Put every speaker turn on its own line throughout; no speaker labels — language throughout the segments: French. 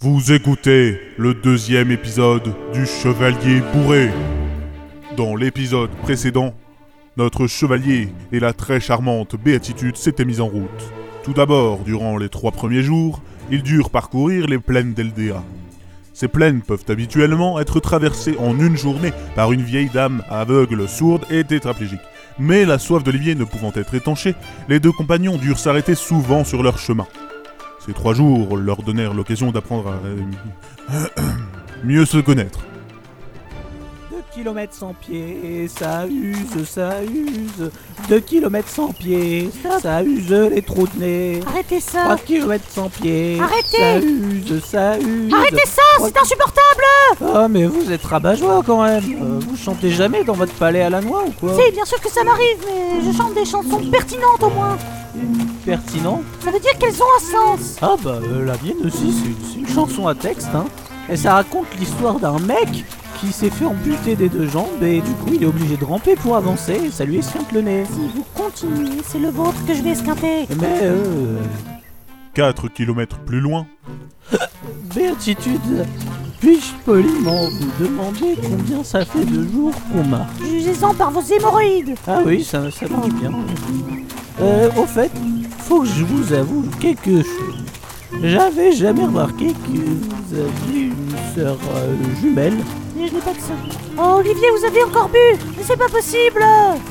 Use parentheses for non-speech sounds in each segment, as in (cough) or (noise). Vous écoutez le deuxième épisode du Chevalier Bourré. Dans l'épisode précédent, notre chevalier et la très charmante Béatitude s'étaient mis en route. Tout d'abord, durant les trois premiers jours, ils durent parcourir les plaines d'Eldea. Ces plaines peuvent habituellement être traversées en une journée par une vieille dame aveugle, sourde et tétraplégique. Mais la soif d'Olivier ne pouvant être étanchée, les deux compagnons durent s'arrêter souvent sur leur chemin. Ces trois jours leur donnèrent l'occasion d'apprendre à mieux se connaître.
Deux kilomètres sans pied, ça use, ça use. Deux kilomètres sans pied,
Stop.
ça use les trous de nez.
Arrêtez ça
Trois kilomètres sans pied,
Arrêtez.
ça use, ça use.
Arrêtez ça
Trois-
C'est insupportable
Ah mais vous êtes rabat-joie quand même. Euh, vous chantez jamais dans votre palais à la noix ou quoi
Si, bien sûr que ça m'arrive, mais je chante des chansons pertinentes au moins.
Pertinent.
Ça veut dire qu'elles ont un sens.
Ah bah euh, la mienne aussi, c'est une, c'est une chanson à texte. Hein. Et ça raconte l'histoire d'un mec qui s'est fait amputer des deux jambes et du coup il est obligé de ramper pour avancer et ça lui esquinte le nez.
Si vous continuez, c'est le vôtre que je vais esquinter.
Mais euh...
4 kilomètres plus loin,
Béatitude, puis-je poliment vous demander combien ça fait de jours qu'on marche
Jugez-en par vos hémorroïdes.
Ah oui, ça, ça marche bien. Euh, au fait, faut que je vous avoue quelque chose. J'avais jamais remarqué que vous aviez une sœur euh, jumelle.
Mais je n'ai pas de ça. Oh, Olivier, vous avez encore bu Mais c'est pas possible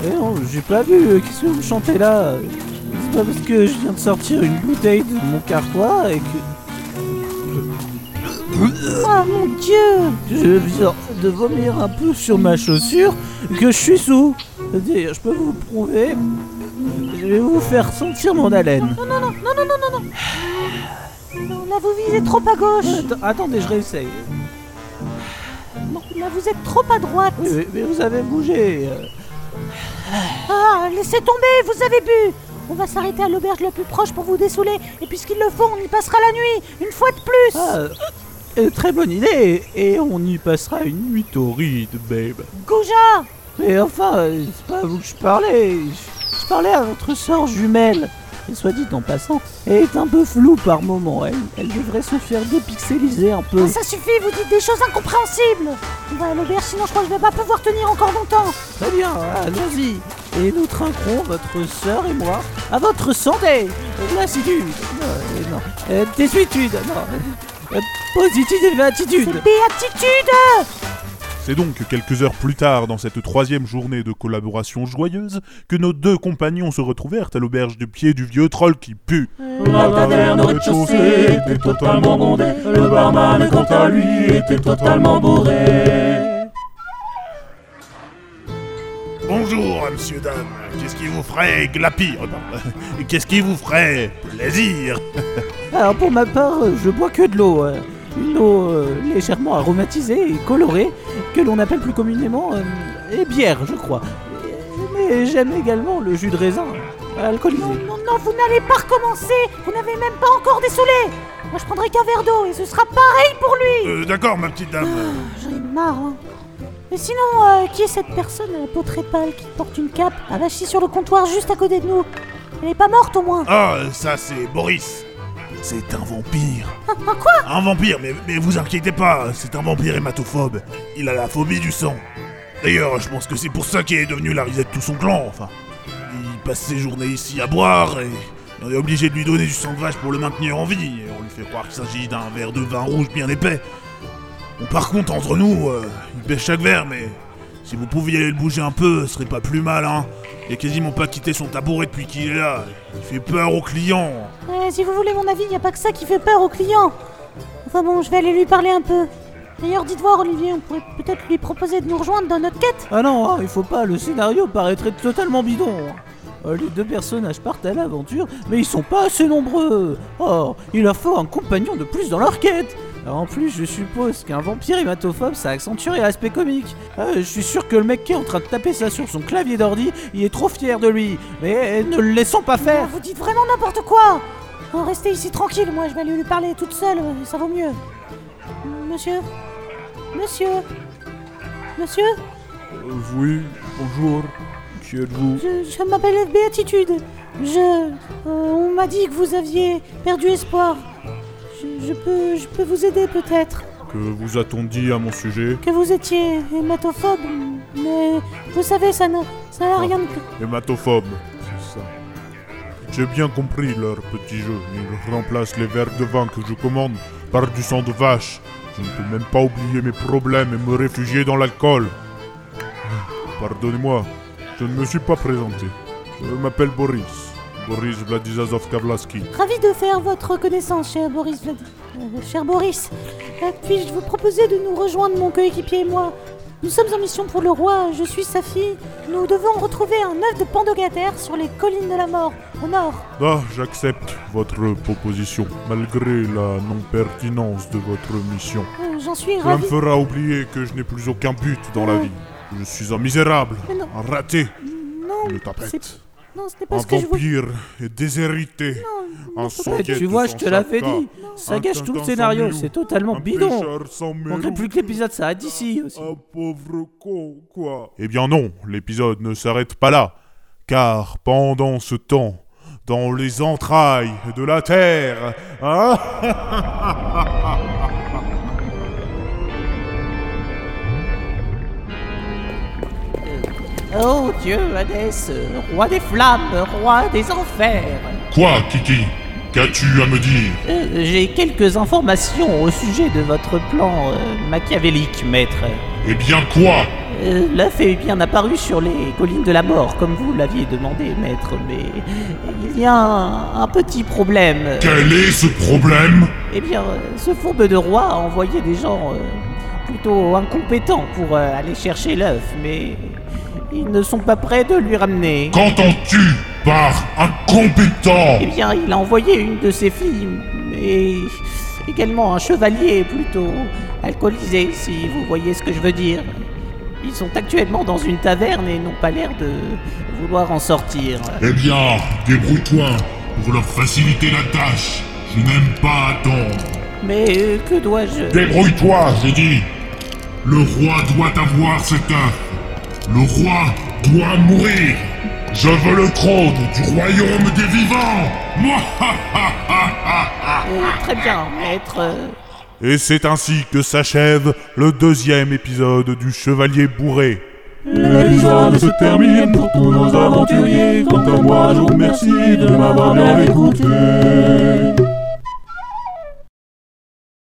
Eh non, j'ai pas vu, euh, qu'est-ce que vous me chantez là Euh, C'est pas parce que je viens de sortir une bouteille de mon carquois et que
Oh mon dieu
Ah, je viens de vomir un peu sur ma chaussure que je suis sous. C'est-à-dire, Je peux vous prouver, je vais vous faire sentir mon haleine.
Non, non, non, non, non, non, non, non Non, Là, vous visez trop à gauche.
Attends- attendez, je réessaye.
Non, là, vous êtes trop à droite.
Oui, oui, mais vous avez bougé. euh.
Ah, laissez tomber, vous avez bu On va s'arrêter à l'auberge la plus proche pour vous dessouler, et puisqu'il le faut, on y passera la nuit, une fois de plus
Ah, euh, très bonne idée. Et on y passera une nuit torride, babe.
Gouja
Mais enfin, euh, c'est pas à vous que je parlais. Je, je parlais à votre sœur jumelle. Et soit dit en passant, elle est un peu floue par moment. Elle, elle devrait se faire dépixeliser un peu.
Ah, Ça suffit, vous dites des choses incompréhensibles On va à l'auberge, sinon je crois que je vais pas pouvoir tenir encore longtemps
Très bien, allons-y. Et nous trinquerons, votre sœur et moi, à votre santé. Euh, Lassitude. Euh, non. Euh, désuétude. Non. Euh, positive (laughs)
C'est
attitude.
béatitude
C'est donc quelques heures plus tard dans cette troisième journée de collaboration joyeuse que nos deux compagnons se retrouvèrent à l'auberge du pied du vieux troll qui pue.
La taverne au rez-de-chaussée était totalement bondée. Le barman, quant à lui, était totalement bourré.
Bonjour, monsieur dame. Qu'est-ce qui vous ferait glapir pardon. Qu'est-ce qui vous ferait plaisir
Alors pour ma part, euh, je bois que de l'eau. euh, Une eau euh, légèrement aromatisée et colorée, que l'on appelle plus communément euh, eh, bière, je crois. Euh, Mais j'aime également le jus de raisin, alcoolisé.
Non, non, non, vous n'allez pas recommencer Vous n'avez même pas encore dessoulé Moi je prendrai qu'un verre d'eau, et ce sera pareil pour lui
Euh, D'accord, ma petite dame.
J'en ai marre, hein. Mais sinon, euh, qui est cette personne à la peau très pâle qui porte une cape avachie sur le comptoir juste à côté de nous Elle est pas morte au moins
Ah, ça c'est Boris. C'est un vampire.
Ah, ah, quoi
Un vampire, mais, mais vous inquiétez pas, c'est un vampire hématophobe. Il a la phobie du sang. D'ailleurs, je pense que c'est pour ça qu'il est devenu la risée de tout son clan, enfin. Il passe ses journées ici à boire et on est obligé de lui donner du sang de vache pour le maintenir en vie. Et on lui fait croire qu'il s'agit d'un verre de vin rouge bien épais. Bon, par contre, entre nous, euh, il pêche chaque verre, mais si vous pouviez le bouger un peu, ce serait pas plus mal, hein. Il a quasiment pas quitté son tabouret depuis qu'il est là. Il fait peur aux clients.
Ouais, Si vous voulez mon avis, il n'y a pas que ça qui fait peur aux clients. Enfin bon, je vais aller lui parler un peu. D'ailleurs, dites voir Olivier, on pourrait peut-être lui proposer de nous rejoindre dans notre quête.
Ah non, hein, il faut pas, le scénario paraîtrait totalement bidon. Euh, Les deux personnages partent à l'aventure, mais ils sont pas assez nombreux. Or, il leur faut un compagnon de plus dans leur quête. Alors, En plus, je suppose qu'un vampire hématophobe, ça accentuerait l'aspect comique. Euh, je suis sûr que le mec qui est en train de taper ça sur son clavier d'ordi, il est trop fier de lui. Mais euh, ne le laissons pas
Ah,
faire.
Vous dites vraiment n'importe quoi Oh, Restez ici tranquille, moi je vais aller lui parler toute seule, euh, ça vaut mieux. Monsieur Monsieur Monsieur
Euh, oui, bonjour. Qui êtes-vous
Je, je m'appelle Béatitude. Je. euh, on m'a dit que vous aviez perdu espoir. Je, je peux, je peux vous aider peut-être.
Que vous a-t-on dit à mon sujet
Que vous étiez hématophobe, mais vous savez, ça n'a, ça n'a rien de...
Hématophobe, c'est ça. J'ai bien compris leur petit jeu. Ils remplacent les verres de vin que je commande par du sang de vache. Je ne peux même pas oublier mes problèmes et me réfugier dans l'alcool. Pardonnez-moi, je ne me suis pas présenté. Je m'appelle Boris. Boris Vladizazov Kavlaski.
Ravi de faire votre connaissance, cher Boris. Vlad- euh, cher Boris, Euh, puis-je vous proposer de nous rejoindre, mon coéquipier et moi Nous sommes en mission pour le roi, je suis sa fille. Nous devons retrouver un œuf de Pandogataire sur les collines de la mort, au nord.
Ah, j'accepte votre proposition, malgré la non-pertinence de votre mission.
Euh, J'en suis
Cela me
ravi.
fera oublier que je n'ai plus aucun but dans la vie. Je suis un misérable,
Mais non.
un raté,
Non,
une
c'est-
tapette,
non, ce n'est
un
pas ce que je voulais.
vampire et déshérité, un
Eh,
socket
tu vois, je
sans
te l'avais
chapka,
dit. Ça
Un
gâche tout
Tintin
le
sans
scénario,
Milou.
c'est totalement
un
bidon.
pêcheur sans
Manquerait
mérou,
plus que l'épisode s'arrête d'ici aussi.
un pauvre con, quoi. Eh bien non, l'épisode ne s'arrête pas là, car pendant ce temps, dans les entrailles de la terre, hein
Oh Dieu, Hadès, euh, roi des flammes, roi des enfers.
(laughs) Quoi, Kiki Qu'as-tu à me dire
Euh, J'ai quelques informations au sujet de votre plan euh, machiavélique, maître.
Eh bien quoi
Euh, L'œuf est bien apparu sur les collines de la mort, comme vous l'aviez demandé, maître, mais il y a un, un petit problème.
Quel est ce problème
Eh bien, euh, ce fourbe de roi a envoyé des gens euh, plutôt incompétents pour euh, aller chercher l'œuf, mais ils ne sont pas prêts de lui ramener.
Qu'entends-tu par incompétent
Eh bien, il a envoyé une de ses filles, et également un chevalier plutôt alcoolisé, si vous voyez ce que je veux dire. Ils sont actuellement dans une taverne et n'ont pas l'air de vouloir en sortir.
Eh bien, débrouille-toi pour leur faciliter la tâche. Je n'aime pas attendre.
Mais euh, que dois-je...
Débrouille-toi, j'ai dit. Le roi doit avoir cet œuf. Le roi doit mourir. Je veux le trône du royaume des vivants. Moi, ha, ha, ha, ha, ha.
Euh, très bien, maître. euh,
Et c'est ainsi que s'achève le deuxième épisode du Chevalier Bourré.
L'épisode se termine pour tous nos aventuriers. Quant à moi, je vous remercie de m'avoir bien écouté.